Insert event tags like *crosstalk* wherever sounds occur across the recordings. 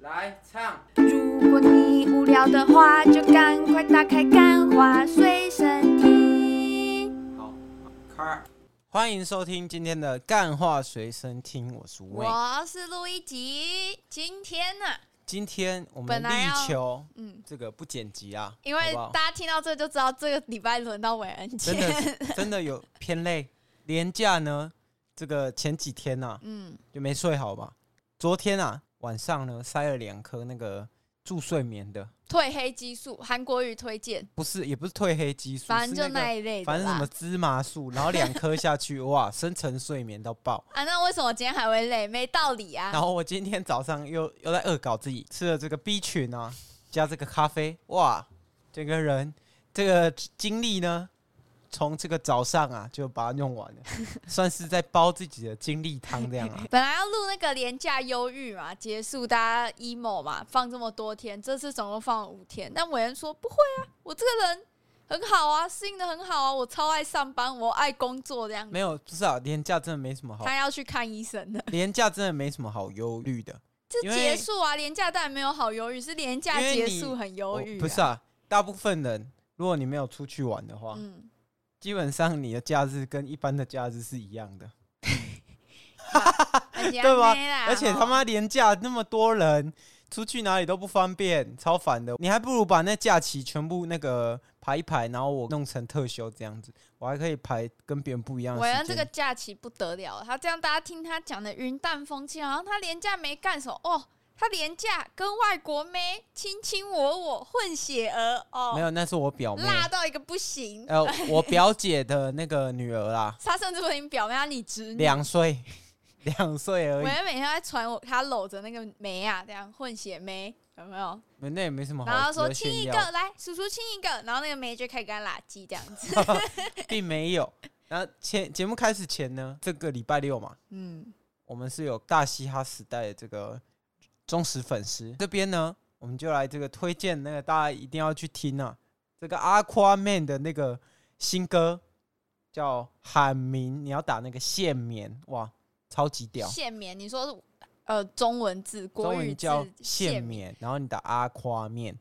来唱。如果你无聊的话，就赶快打开《干花随身听》。欢迎收听今天的《干话随身听》，我是魏。我是陆一吉，今天呢、今天我们本力来要求嗯，这个不剪辑啊，因为好不好大家听到这就知道这个礼拜轮到韦恩真的姐，是 *laughs* 真的有偏累。廉价呢，这个前几天呐、啊、嗯，就没睡好吧？昨天啊晚上呢塞了两颗那个助睡眠的， *laughs* 褪黑激素，韩国语推荐，不是也不是褪黑激素，反正是就那个那一类的反正什么啦。芝麻素，然后两颗下去，哇，深层睡眠到爆。啊，那为什么今天还会累？没道理啊然！后我今天早上又又在恶搞自己，吃了这个 B 群啊，加这个咖啡，哇，整个人这个精力呢，从这个早上啊就把它用完了，算是在煲自己的精力汤这样 *laughs* 啊。本来要录那个廉价忧郁嘛，结束大家 emo 嘛，放这么多天，这次总共放了五天。但伟恩说不会啊，我这个人很好啊，适应的很好啊，我超爱上班，我爱工作这样子。没有，不是啊，廉价真的没什么好，他要去看医生的。廉价真的没什么好忧虑的。这因为结束啊，廉价当然没有好忧郁，是廉价因为结你束很忧我郁、不是，啊，大部分人如果你没有出去玩的话，嗯，基本上你的假日跟一般的假日是一样的。对对吧吧而且他妈廉价那么多人，出去哪里都不方便，超烦的。你还不如把那假期全部那个排一排，然后我弄成特休这样子，我还可以排跟别人不一样的伟恩时这个间。假期不得了，他这样大家听他讲的云淡风轻，好像他廉价没干什么哦，他廉价跟外国妹卿卿我我混血儿没哦，有，那是我表妹，辣到一个不行。呃，我表姐的那个女儿啦，他甚至问你表妹他你侄女，两岁， *laughs* 两岁而伟已，恩每天在传我他搂着那个梅啊，这样混血梅有没有？那也没什哦么好。然后说亲炫一个耀，来，叔叔亲一个，然后那个梅就开始跟他拉鸡这样子。 *laughs* 并没有。然后前节目开始前呢，这个礼拜六嘛，嗯，我们是有大嘻哈时代的这个忠实粉丝，这边呢，我们就来这个推荐那个大家一定要去听啊，这个 Aquaman 的那个新歌叫《喊名》，你要打那个限棉，哇，超级 *laughs* 屌，限免，你说呃中文字国中语文字叫限限免。棉，然后你打阿 *laughs* 夸面，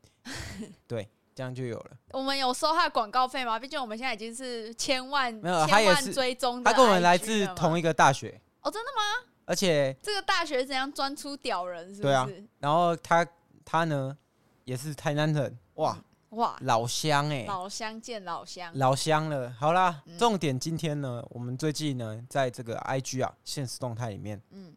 对，这样就有了。我们有收他的广告费吗？毕竟我们现在已经是千万没有他千也万是追踪的 IG 了嘛，他跟我们来自同一一个大学，哦，真的吗？而且这个大学怎样钻出屌人？是不是？对啊然后他他呢也是台南人，哇，哇，老乡哎、嗯老乡见老乡，老乡了，好啦，嗯重点今天呢，我们最近呢，在这个 IG 啊现实动态里面嗯，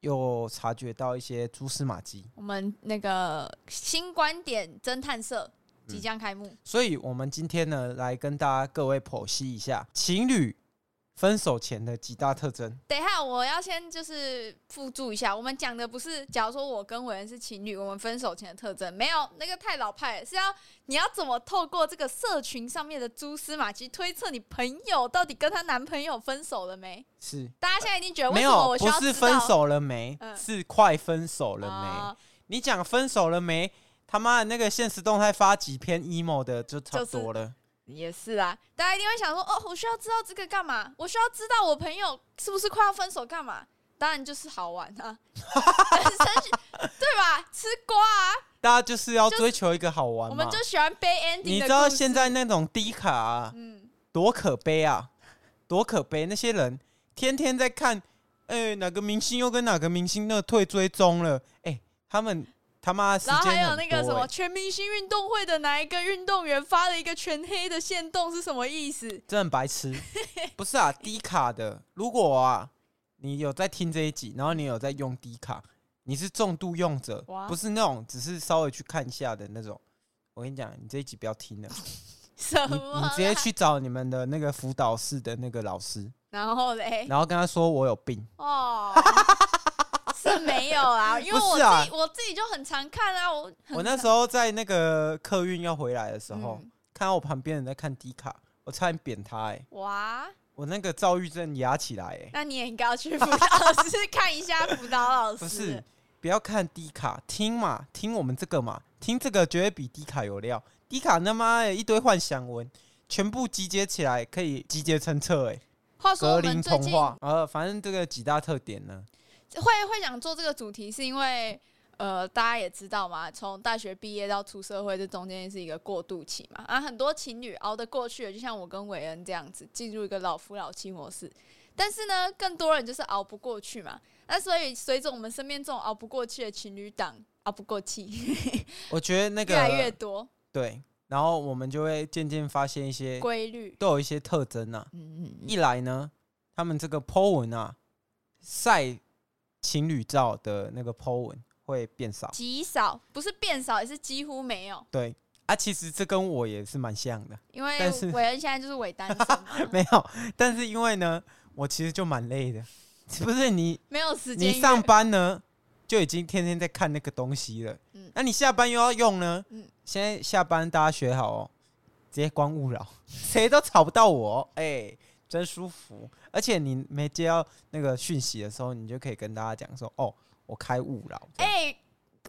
又察觉到一些蛛丝马迹，我们那个新观点侦探社嗯即将开幕，所以我们今天呢，来跟大家各位剖析一下情侣分手前的几大特征。等一下，我要先就是附注一下，我们讲的不是，假如说我跟伟恩是情侣，我们分手前的特征，没有那个太老派了，是要你要怎么透过这个社群上面的蛛丝马迹推测你朋友到底跟她男朋友分手了没？是大家现在一定觉得呃为没什么有我，需不要是知分道手了没，嗯是快分手了没？啊你讲分手了没？他妈的那个现实动态发几篇 emo 的就差不就是多了。也是啊，大家一定会想说，哦，我需要知道这个干嘛？我需要知道我朋友是不是快要分手干嘛？当然就是好玩啊， *laughs* 人生是对吧？吃瓜啊，大家就是要就是追求一个好玩我嘛。们就喜欢悲 ending 的你知道故事现在那种低卡、啊、嗯。多可悲啊，多可悲！那些人天天在看，哎、哪个明星又跟哪个明星那个退追踪了，哎、他们他妈时然后间还有很那个多什么哎全明星运动会的哪一个运动员发了一个全黑的线动是什么意思？真的很 *laughs* 白痴。不是啊，低卡的，如果啊，你有在听这一集，然后你有在用低卡，你是重度用者哇，不是那种只是稍微去看一下的那种。我跟你讲，你这一集不要听了，什 *laughs* 你么啊你啦？直接去找你们的那个辅导室的那个老师，哎 *laughs* 然后嘞，然后跟他说我有病。哦，是没有啦，因为我不自是己、啊我自己就很常看啊，我很我那时候在那个客运要回来的时候，嗯看到我旁边人在看迪卡，我差点扁他哎、哇，我那个躁郁症压起来哎、那你也应该要去辅导老师看一下辅导老师。不是，不要看迪卡，听嘛，听我们这个嘛，听这个绝对比迪卡有料。迪卡他妈的一堆幻想文，全部集结起来可以集结成册哎、话说格我林们最童近话，呃，反正这个几大特点呢，会会想做这个主题，是因为呃，大家也知道嘛，从大学毕业到出社会，这中间是一个过渡期嘛。啊，很多情侣熬得过去的，就像我跟韦恩这样子，进入一个老夫老妻模式。但是呢，更多人就是熬不过去嘛。那所以随着我们身边这种熬不过去的情侣档熬不过去我觉得那个越来越多对，然后我们就会渐渐发现一些规律，都有一些特征啊。嗯嗯嗯，一来呢，他们这个 po 文啊，晒情侣照的那个 po 文会变少。极少不是变少，也是几乎没有，对啊，其实这跟我也是蛮像的，因为但是韦恩现在就是伪单身嘛， *laughs* 没有，但是因为呢，我其实就蛮累的， *laughs* 不是你没有时间你约。上班呢就已经天天在看那个东西了，嗯那你下班又要用呢，嗯现在下班大家学好哦，直接光勿扰， *laughs* 谁都吵不到我，哎、真舒服。而且你没接到那个讯息的时候，你就可以跟大家讲说，哦，我开勿扰。这样哎、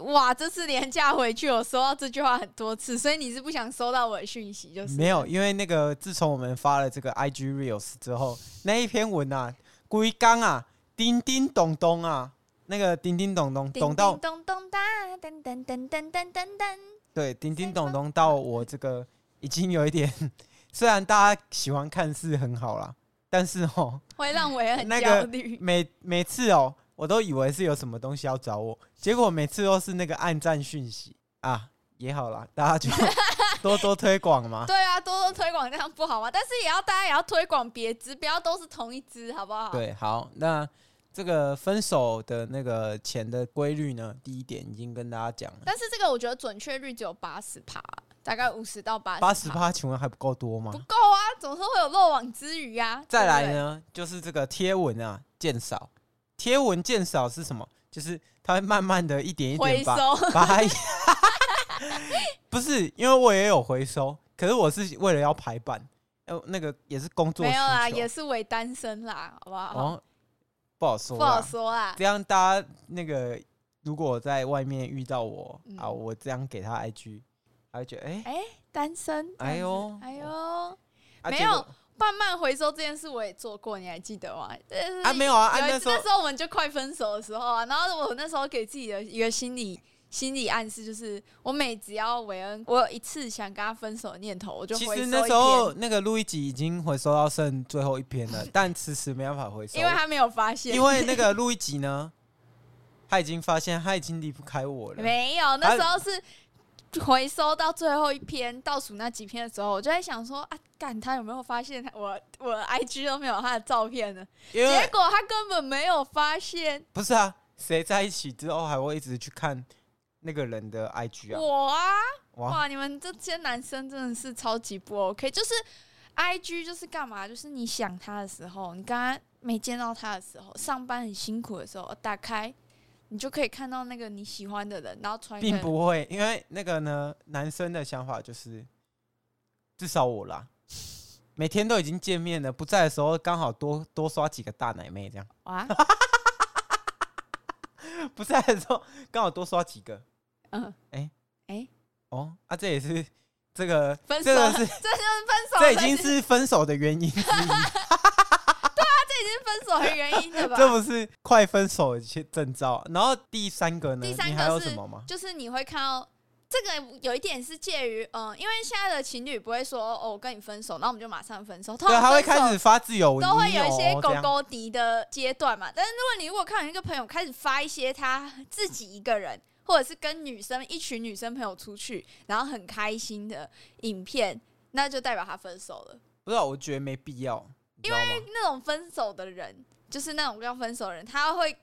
哇，这次廉价回去，我收到这句话很多次，所以你是不想收到我的讯息，就是没有，因为那个自从我们发了这个 IG Reels 之后，那一篇文啊，龟缸啊，叮叮咚咚啊，那个叮叮咚咚叮咚到叮咚咚哒，噔噔噔噔噔噔噔。对叮叮咚咚到我这个已经有一点， *laughs* 虽然大家喜欢看似很好啦，但是哦，会让我也很那焦个虑。每每次哦，我都以为是有什么东西要找我，结果每次都是那个暗战讯息啊，也好啦，大家就 *laughs* 多多推广嘛。对啊，多多推广这样不好吗？但是也要大家也要推广别支，不要都是同一支，好不好？，对，好，那这个分手的那个钱的规律呢，第一点已经跟大家讲了，但是这个我觉得准确率只有八十趴，大概五十到八八十，趴，请问还不够多吗不？够啊，总是会有漏网之鱼啊。再对来不对？呢，就是这个贴文啊，见少，贴文见少是什么？就是它会慢慢的一点一点回把收把它，不是因为我也有回收，可是我是为了要排版，呃，那个也是工作没有啦，需求也是伪单身啦，好不好？哦，不好说，不好。说啦。这样大家那个如果在外面遇到我、嗯啊，我这样给他 IG，他会觉得哎、哎单身，哎呦哎呦，啊没结有果慢慢回收这件事我也做过，你还记得吗？就是啊没有啊啊有一那次时候那时候我们就快分手的时候啊，然后我那时候给自己的一个心理心理暗示就是，我每只要韦恩我有一次想跟他分手的念头，我就其回收实一那篇时候那个录一集已经回收到剩最后一篇了，但迟迟没办法回收，因为他没有发现，因为那个录一 *laughs* 集呢，他已经发现他已经离不开我了。没有那啊时候是。回收到最后一篇倒数那几篇的时候，我就在想说啊，干他有没有发现他我我 IG 都没有他的照片呢？因结为果他根本没有发现不是啊，谁在一起之后还会一直去看那个人的 IG 啊？我啊！哇，哇，你们这些男生真的是超级不 OK，就是 I G 就是干嘛？就是你想他的时候，你刚刚没见到他的时候，上班很辛苦的时候，打开你就可以看到那个你喜欢的人，然后传一个并不会，因为那个呢，男生的想法就是，至少我啦，每天都已经见面了，不在的时候刚好多多刷几个大奶妹这样， *laughs* 哇，不在的时候刚好多刷几个。嗯，哎哎哦，啊，这也是这个分手这了个是这就是分手了，这已经是分手的原因之一，这已经分手的原因了吧？ *laughs* 这不是快分手的征兆。然后第三个呢，第三你个还有是什么吗？就是你会看到这个有一点是介于嗯，因为现在的情侣不会说哦，我跟你分手，那我们就马上分手，通对，啊常他会分手开始发自由，都会你有有一些哦狗这样狗敌的阶段嘛。但是如果你如果看到一个朋友开始发一些他自己一个人，或者是跟女生一群女生朋友出去，然后很开心的影片，那就代表他分手了。不知道，我觉得没必要，因为那种分手的人，就是那种要分手的人，他会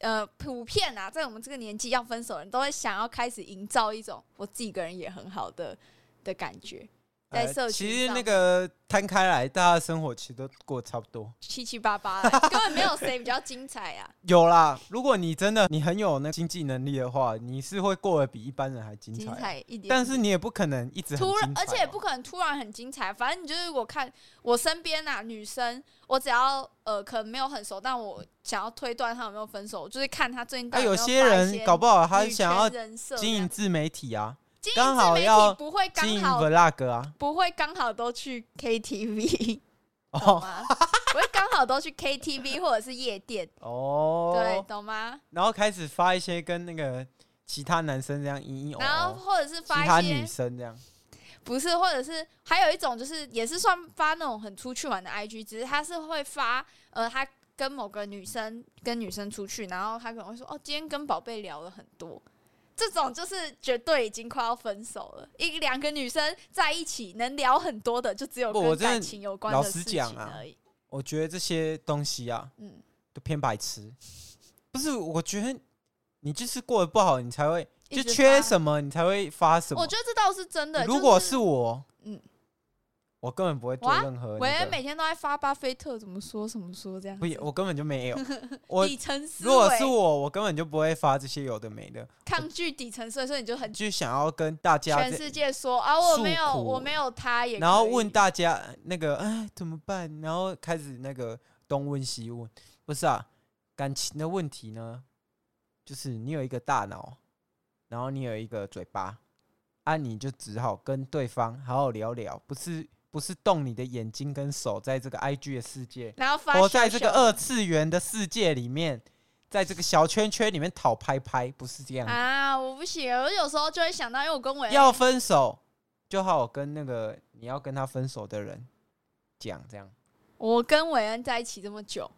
呃普遍啊，在我们这个年纪要分手的人都会想要开始营造一种我自己一个人也很好的的感觉。在呃社群其实上那个摊开来，大家的生活其实都过得差不多。七七八八 *laughs* 啦，根本没有谁比较精彩啊！有啦，如果你真的你很有那经济能力的话，你是会过得比一般人还精彩。精彩一点，但是你也不可能一直很突然精，彩啊而且嘛不可能突然很精彩。反正你就是我看我身边啊，女生，我只要呃可能没有很熟，但我想要推断她有没有分手，就是看她最近到啊，底有有没有发哦些一人些搞不好他女想权要人设经这营样自媒体啊，经营刚自好媒体要不会经刚营好 vlog 啊。不会刚好都去 *laughs* KTV 懂哦吗？不会刚好都去 KTV 或者是夜店，哦，对，，懂吗？然后开始发一些跟那个其他男生这样咦咦哦然后哦，或者是其发他一些女生这样。不是，或者是还有一种就是也是算发那种很出去玩的 IG，只是他是会发呃他跟某个女生跟女生出去，然后他可能会说哦今天跟宝贝聊了很多，这种就是绝对已经快要分手了，一两个女生在一起能聊很多的就只有不我跟真的感情有关老的实事情讲啊而已，我觉得这些东西啊嗯，都偏白痴，不是？我觉得你就是过得不好，你才会一就直缺发什么，你才会发什么。我觉得这倒是真的。如果就是我，嗯我根本不会做哇任何、我那也个，每天都在发巴菲特怎么说什么说这样不子，也，我根本就没有。 *laughs* 我底层思如果维是我，我根本就不会发这些有的没的，抗拒底层思维，所以你就很就想要跟大家全这，世界说啊，我没有，诉苦我没有他也可以。然后问大家那个哎怎么办，然后开始那个东问西问，不是啊，感情的问题呢，就是你有一个大脑，然后你有一个嘴巴，啊，你就只好跟对方好好聊聊，不是不是动你的眼睛跟手，在这个 IG 的世界，然后发活在这小个小二次元的世界里面，在这个小圈圈里面讨拍拍，不是这样子。啊，我不行，我有时候就会想到，因为我跟我要分手，就好跟那个你要跟他分手的人讲，这样我跟韦恩在一起这么久，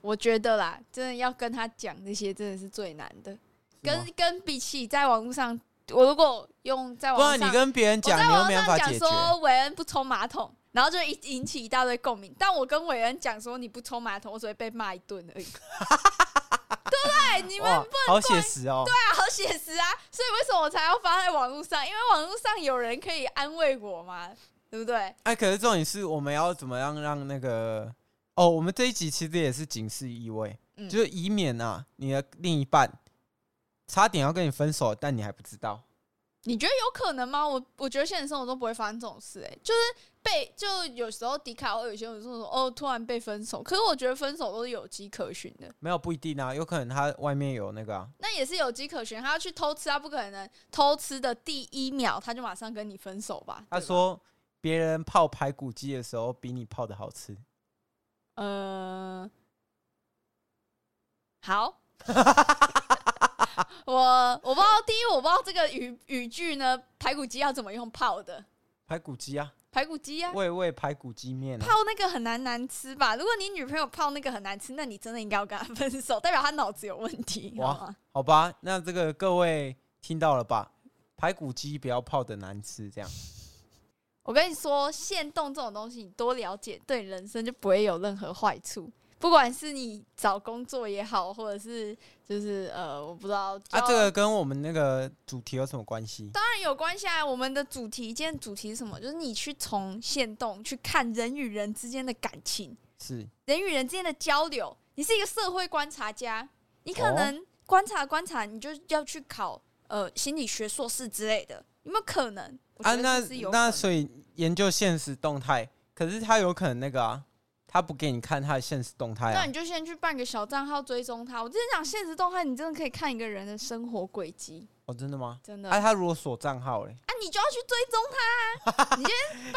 我觉得啦，真的要跟他讲这些真的是最难的，是跟吗跟比起在网络上，我如果用在不网络然上你。跟别人我讲，在你又网没络办法上讲解决。说韦恩不冲马桶，然后就引引起一大堆共鸣。但我跟韦恩讲说你不冲马桶，我只会被骂一顿而已。 *laughs* 对不对？你们哇，好写 *laughs* 实哦！好写实啊！所以为什么我才要发在网络上？因为网络上有人可以安慰我嘛，对不对？哎，可是重点是我们要怎么样让那个哦，我们这一集其实也是警示意味，嗯就是以免啊你的另一半差点要跟你分手，但你还不知道。你觉得有可能吗？我我觉得现实生活中不会发生这种事、欸，就是被就有时候迪卡或有些人说哦，突然被分手，可是我觉得分手都是有迹可循的，没有不一定啊，有可能他外面有那个、啊，那也是有迹可循。他要去偷吃，他不可能偷吃的第一秒他就马上跟你分手吧？他对吧说别人泡排骨鸡的时候比你泡的好吃，呃， *laughs* 好，我我不知道，第一我不知道这个语语句呢，排骨鸡要怎么用泡的？排骨鸡啊，排骨鸡啊，喂喂排骨鸡面啊，泡那个很难难吃吧？如果你女朋友泡那个很难吃，那你真的应该要跟她分手，代表她脑子有问题，好哇吗？好吧，那这个各位听到了吧？排骨鸡不要泡的难吃，这样我跟你说，限动这种东西，你多了解，对你人生就不会有任何坏处。不管是你找工作也好，或者是就是呃，我不知道啊，交这个跟我们那个主题有什么关系？当然有关系啊！我们的主题，今天主题是什么？就是你去从线动去看人与人之间的感情，是人与人之间的交流。你是一个社会观察家，你可哦能观察观察，你就要去考呃心理学硕士之类的，有没有可能？我觉啊，得那这是有可那能所以研究现实动态，可是他有可能那个啊，他不给你看他的现实动态那啊你，就先去办个小账号追踪他。我之前讲现实动态，你真的可以看一个人的生活轨迹，哦，真的吗？真的啊，啊他如果锁账号嘞，你就要去追踪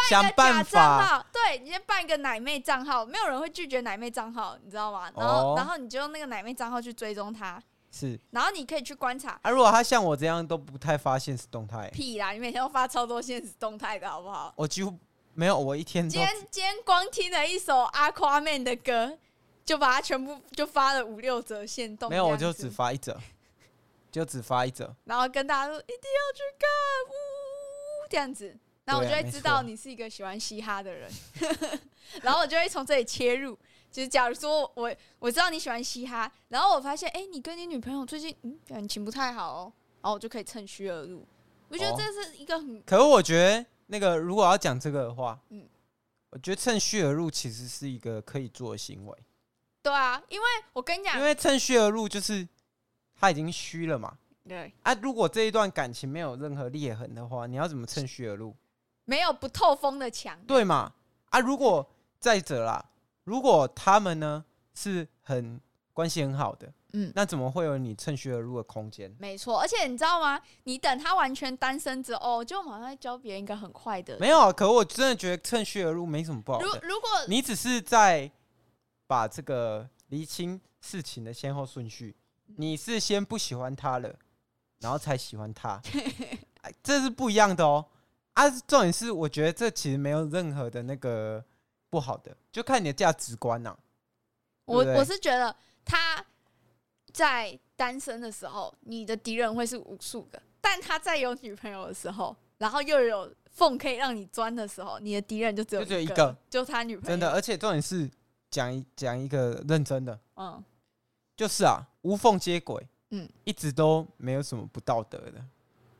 想办一办个假账法号，对你先办一个奶妹账号，没有人会拒绝奶妹账号，你知道吗？然后、哦然后你就用那个奶妹账号去追踪她，是然后你可以去观察。啊，如果他像我这样都不太发现实动态，屁啦，你每天都发超多现实动态的好不好？我几乎没有，我一天都今天今天光听了一首阿夸妹的歌，就把它全部就发了五六折现动这没样有，子，我就只发一则，就只发一则。然后跟大家说一定要去看，呜呜呜这样子，然后我就对啊会没知道错你是一个喜欢嘻哈的人， *laughs* 然后我就会从这里切入。就是假如说我我知道你喜欢嘻哈，然后我发现哎、诶你跟你女朋友最近嗯感情不太好哦，然后我就可以趁虚而入。我觉得哦这是一个很可是我觉得那个如果要讲这个的话，嗯嗯，我觉得趁虚而入其实是一个可以做的行为，对啊，因为我跟你讲因，为趁虚而入就是他已经虚了嘛。对，啊，如果这一段感情没有任何裂痕的话，你要怎么趁虚而入？没有不透风的墙。对嘛？啊，如果再者啦，如果他们呢是很关系很好的，嗯，那怎么会有你趁虚而入的空间？没错，而且你知道吗？你等他完全单身之后，就马上教别人一个很快的。没有，啊可我真的觉得趁虚而入没什么不好如的。如果你只是在把这个厘清事情的先后顺序，嗯你是先不喜欢他了，然后才喜 *laughs* 欢他，哎这是不一样的哦。啊，重点是我觉得这其实没有任何的那个不好的，就看你的价值观啊呐、我对不对我是觉得他在单身的时候，你的敌人会是无数个；但他在有女朋友的时候，然后又有缝可以让你钻的时候，你的敌人就只有就只有一一个，就他女朋友。真的。，而且重点是讲一讲一个认真的，嗯，就是啊，无缝接轨，嗯嗯，一直都没有什么不道德的。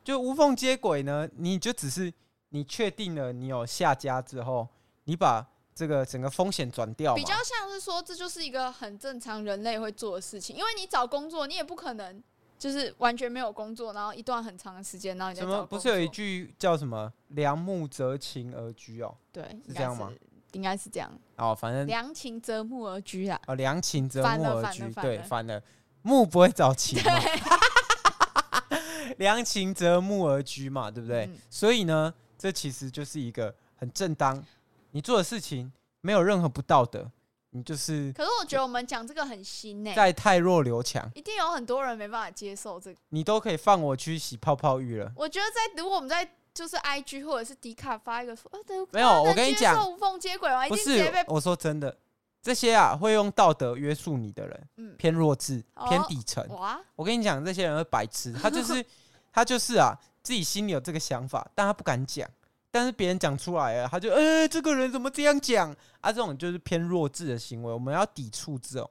就无缝接轨呢，你就只是你确定了你有下家之后，你把这个整个风险转掉嘛比较像是说，这就是一个很正常人类会做的事情，因为你找工作，你也不可能就是完全没有工作，然后一段很长的时间，然后你再什找工么？作。不是有一句叫什么“良木择情而居”哦？对，是应这该样是吗应该是这样，哦，反正良禽择木而居啊啦。哦，良禽择反木了而反居了，反对，了反了，木不会找情嘛， *laughs* 良禽择木而居嘛，对不对？嗯所以呢，这其实就是一个很正当，你做的事情没有任何不道德，你就是可是我觉得我们讲这个很新欸 *laughs* 呢、在太弱留强，一定有很多人没办法接受这个。你都可以放我去洗泡泡浴了。我觉得在如果我们在就是 I G 或者是迪卡发一个说，呃，等没有大家能我跟你接讲受无缝接轨吗？一不定直接是被，我说真的，这些啊会用道德约束你的人，嗯偏弱智、偏哦底层，哇，我跟你讲，这些人是白痴，他就是他就是啊，自己心里有这个想法，但他不敢讲。但是别人讲出来了，他就呃、这个人怎么这样讲啊？这种就是偏弱智的行为，我们要抵触这种。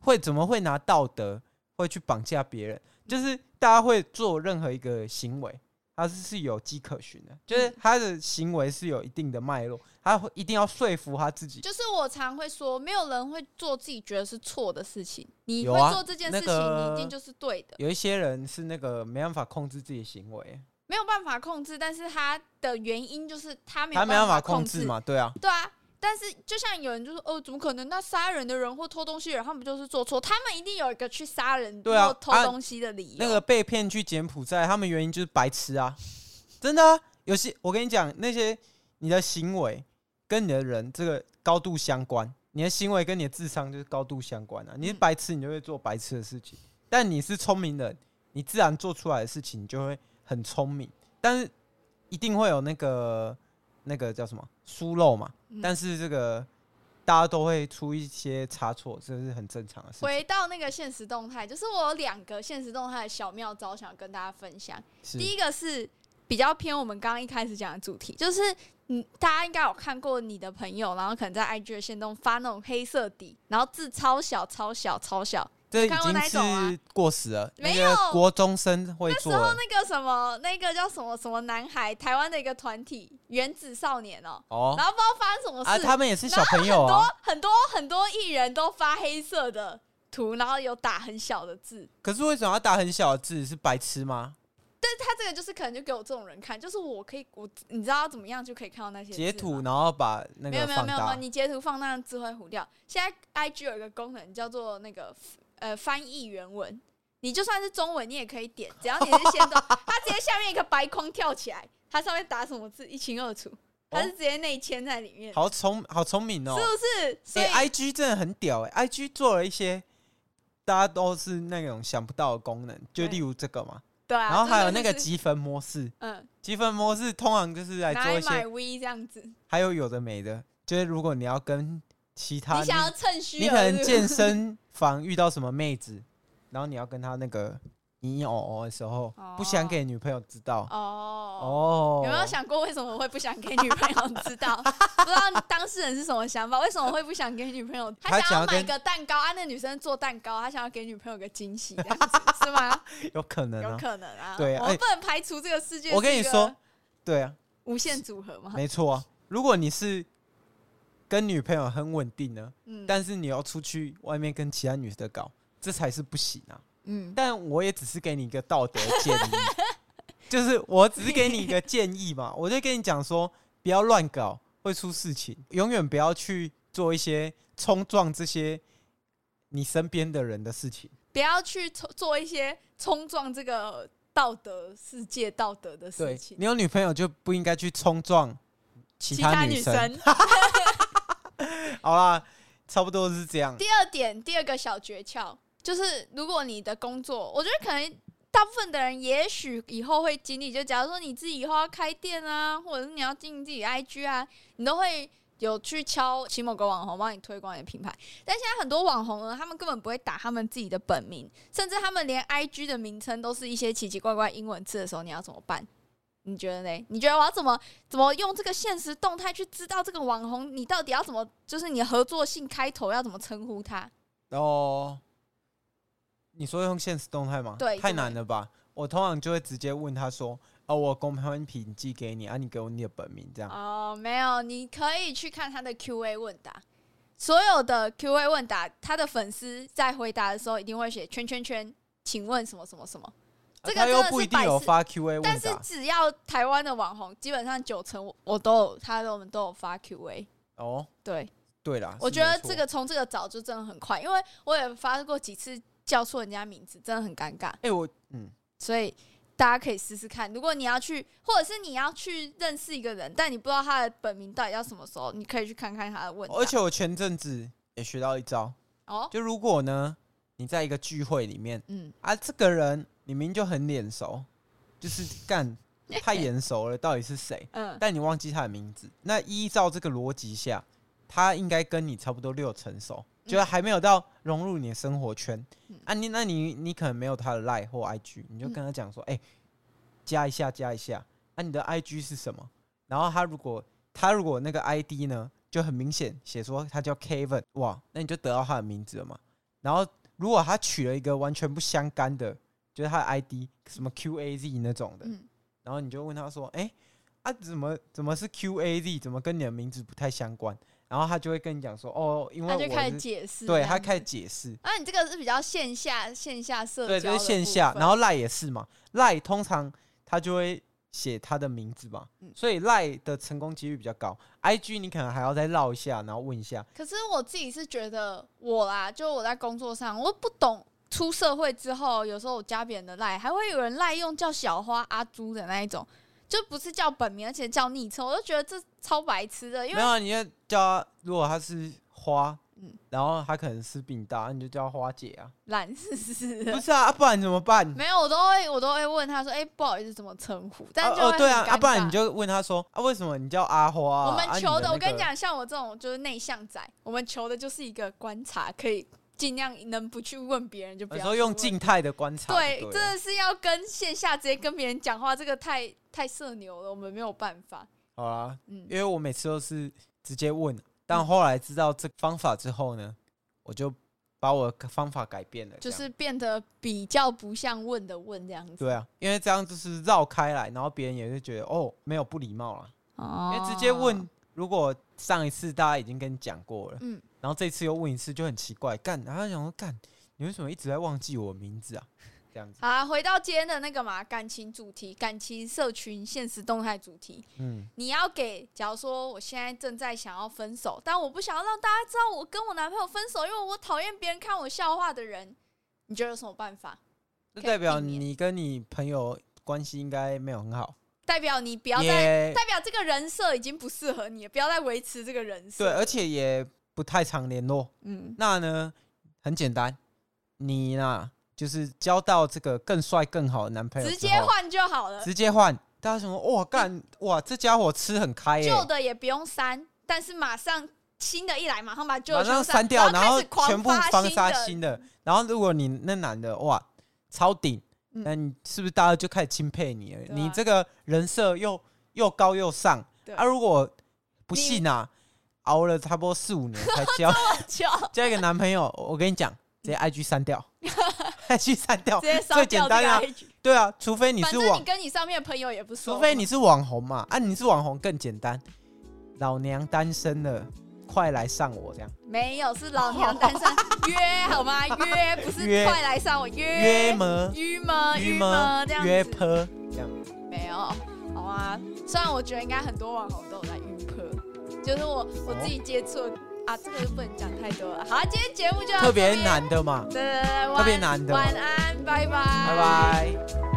会怎么会拿道德会去绑架别人？就是大家会做任何一个行为，他是是有迹可循的，就是他的行为是有一定的脉络，他会一定要说服他自己。就是我常会说，没有人会做自己觉得是错的事情，你有会啊做这件那事情，个你一定就是对的，有一些人是那个没办法控制自己的行为，没有办法控制，但是他的原因就是他没有他没办法法控制制，嘛，对啊，对啊。但是，就像有人就说：“哦，怎么可能？那杀人的人或偷东西的人，他们就是做错，他们一定有一个去杀人对啊或偷啊东西的理由。那个被骗去柬埔寨，他们原因就是白痴啊， *laughs* 真的、啊。有些我跟你讲，那些你的行为跟你的人这个高度相关，你的行为跟你的智商就是高度相关啊。你是白痴，你就会做白痴的事情；但你是聪明人，你自然做出来的事情你就会很聪明。但是一定会有那个那个叫什么疏漏嘛，嗯但是这个大家都会出一些差错，这是很正常的事情。回到那个现实动态，就是我有两个现实动态的小妙招想跟大家分享。是第一个是比较偏我们刚刚一开始讲的主题，就是你大家应该有看过你的朋友，然后可能在 IG 的线动发那种黑色底，然后字超小、超小、超小。这已看过经那一种啊是过时了，那没个有国中生会那时做候的那个什么，那个叫什么什么男孩，台湾的一个团体原子少年哦、哦然后不知道发生什么啊，事，他们也是小朋友啊。很多很多艺人都发黑色的图，然后有打很小的字。可是为什么要打很小的字？是白痴吗？他这个就是可能就给我这种人看，就是我可以我你知道怎么样就可以看到那些字截图吗然后把那没有啊没个有放没有没有，大，你截图放大字会糊掉。现在 IG 有一个功能叫做那个呃翻译原文，你就算是中文你也可以点，只要你是先动，它直接下面一个白框跳起来，它上面打什么字一清二楚，它是直接内嵌在里面，哦好聪好聪明哦是！不是？所以、哎、i g 真的很屌哎、i g 做了一些大家都是那种想不到的功能，就对例如这个嘛，对啊，然后还有真那的个就是积分模式，嗯，积分模式通常就是来拿做来一买些， V 这样子，你还有有的没的，就是如果你要跟其他想要趁虚而入，你可能 *laughs* 健身房遇到什么妹子，然后你要跟她那个你哦哦的时候，不想给女朋友知道哦哦。有没有想过为什么会不想给女朋友知 *laughs* 道？不知道当事人是什么想法？为什么会不想给女朋友？他他想想要要跟买个蛋糕啊，那女生做蛋糕，他想要给女朋友个惊喜，这样子 *laughs* 是吗？有可能有啊？可能啊，对啊我哎们不能排除这个世界。我跟你说，，对啊，无限组合嘛。没错啊。如果你是跟女朋友很稳定呢，嗯，但是你要出去外面跟其他女的搞，这才是不行啊。嗯，但我也只是给你一个道德建议， *laughs* 就是我只是给你一个建议嘛， *laughs* 我就跟你讲说，不要乱搞，会出事情，永远不要去做一些冲撞这些你身边的人的事情。不要去冲做一些冲撞这个道德世界道德的事对情你。有女朋友就不应该去冲撞其其他他女女生。生。好啦，差不多是这样。第二点，第二个小诀窍就是，如果你的工作，我觉得可能大部分的人也许以后会经历，就假如说你自己以后要开店啊，或者是你要经营自己的 IG 啊，你都会有去敲请某个网红帮你推广你的品牌。但现在很多网红呢，他们根本不会打他们自己的本名，甚至他们连 IG 的名称都是一些奇奇怪怪英文字的时候，你要怎么办？你觉得呢？你觉得我要怎么怎么用这个现实动态去知道这个网红，你到底要怎么，就是你的合作性开头要怎么称呼他？然后你说用现实动态吗？对太对难了吧？我通常就会直接问他说：“哦，我公关品寄给你啊，你给我你的本名这样。哦，没有，你可以去看他的 Q&A 问答，所有的 Q&A 问答，他的粉丝在回答的时候一定会写圈圈圈，请问什么什么什么。啊这个他又真的不是一定百有事发 Q&A 但问是答只要台湾的网红，基本上九成我我都有，他都我们都有发 Q&A。哦。对，对啦，我啊是觉得没错这个从这个找就真的很快，因为我也发过几次叫错人家名字，真的很尴尬。哎、我嗯，所以大家可以试试看。如果你要去，或者是你要去认识一个人，但你不知道他的本名到底叫什么时候，你可以去看看他的问答。啊而且我前阵子也学到一招，哦，就如果呢你在一个聚会里面嗯，啊，这个人你明明就很脸熟，就是干 *laughs* 太眼熟了，到底是谁？嗯，但你忘记他的名字。那依照这个逻辑下，他应该跟你差不多六成熟，嗯就是还没有到融入你的生活圈、嗯啊。你那你你可能没有他的 line 或 IG，你就跟他讲说，哎、加一下加一下。啊，你的 IG 是什么？然后他如果他如果那个 ID 呢，就很明显写说他叫 Kevin，哇，那你就得到他的名字了嘛。然后如果他取了一个完全不相干的，就是他的 ID 什么 QAZ 那种的，嗯然后你就问他说：“哎、啊，怎么怎么是 QAZ？怎么跟你的名字不太相关？”然后他就会跟你讲说：“哦，因为他我就开始是解释，对这样他子开始。解释，啊，你这个是比较线下线下社交对，的就是部线下。分然后赖也是嘛，赖通常他就会写他的名字嘛，嗯所以赖的成功几率比较高。IG 你可能还要再绕一下，然后问一下，可是我自己是觉得我啦，就我在工作上，我不懂。出社会之后，有时候我加别人的赖，还会有人赖用叫小花、阿朱的那一种，就不是叫本名，而且叫昵称，我就觉得这超白痴的。因没为有啊，你就叫他，如果他是花，嗯然后他可能是比你大，你就叫他花姐啊，懒是是的不是啊，啊不然怎么 *laughs* 办？没有，我都会我都会问他说：“哎、不好意思，怎么称呼？”但就哦会对啊，很尴啊不然尬你就问他说啊，为什么你叫阿花啊、我们啊求的，我跟你，那个讲，像我这种就是内向仔，我们求的就是一个观察，可以尽量能不去问别人就不有要去时候问。哦用静态的观察就对对，了，真的是要跟线下直接跟别人讲话，这个太太社牛了，我们没有办法。好啦，嗯因为我每次都是直接问，但后来知道这个方法之后呢，我就把我的方法改变了，就这样是变得比较不像问的问这样子。对啊，因为这样就是绕开来，然后别人也会觉得哦没有不礼貌啦，哦因为直接问，如果上一次大家已经跟你讲过了，嗯然后这次又问一次就很奇怪，干，然后想说干，你为什么一直在忘记我名字啊？这样子，好啊，回到今天的那个嘛，感情主题，感情社群现实动态主题。嗯。你要给，假如说我现在正在想要分手，但我不想要让大家知道我跟我男朋友分手，因为我讨厌别人看我笑话的人。你觉得有什么办法？这可以代表避免你跟你朋友关系应该没有很好，代表你不要再，也代表这个人设已经不适合你了，不要再维持这个人设。对，而且也不太常联络。嗯，那呢，很简单，你呢就是交到这个更帅更好的男朋友之直后，接换就好了，直接换。大家想说，哇干哇，这家伙吃很开耶、旧的也不用删，但是马上新的一来，马上把旧马的全上部删掉，然然后开始狂全部发封杀的新的。然后如果你那男的哇超顶，嗯那你是不是大家就开始钦佩你了？对啊你这个人设又又高又上对啊！如果不你信啊，熬了差不多四五年才 *laughs* 交 *laughs* 就交一个 *laughs* 男朋友，我跟你讲，直接 IG 删掉，IG 删掉，嗯直接哦最烧简掉这单个啊 IG。对啊，除非你反是正网你，跟你上面的朋友也不熟，除非你是网红嘛，啊，你是网红更简单。老娘单身了，快来上我这样没有是老娘单身约好吗？约不是约快来上我约约么约吗约吗么这样约子坡这样，没有，好啊。虽然我觉得应该很多网红都有在晕破，就是我我自己接触的啊，这个就不能讲太多了。好啊，今天节目就到特这别边，难的嘛，对对对，晚特别难的晚安，拜拜，拜拜拜。拜。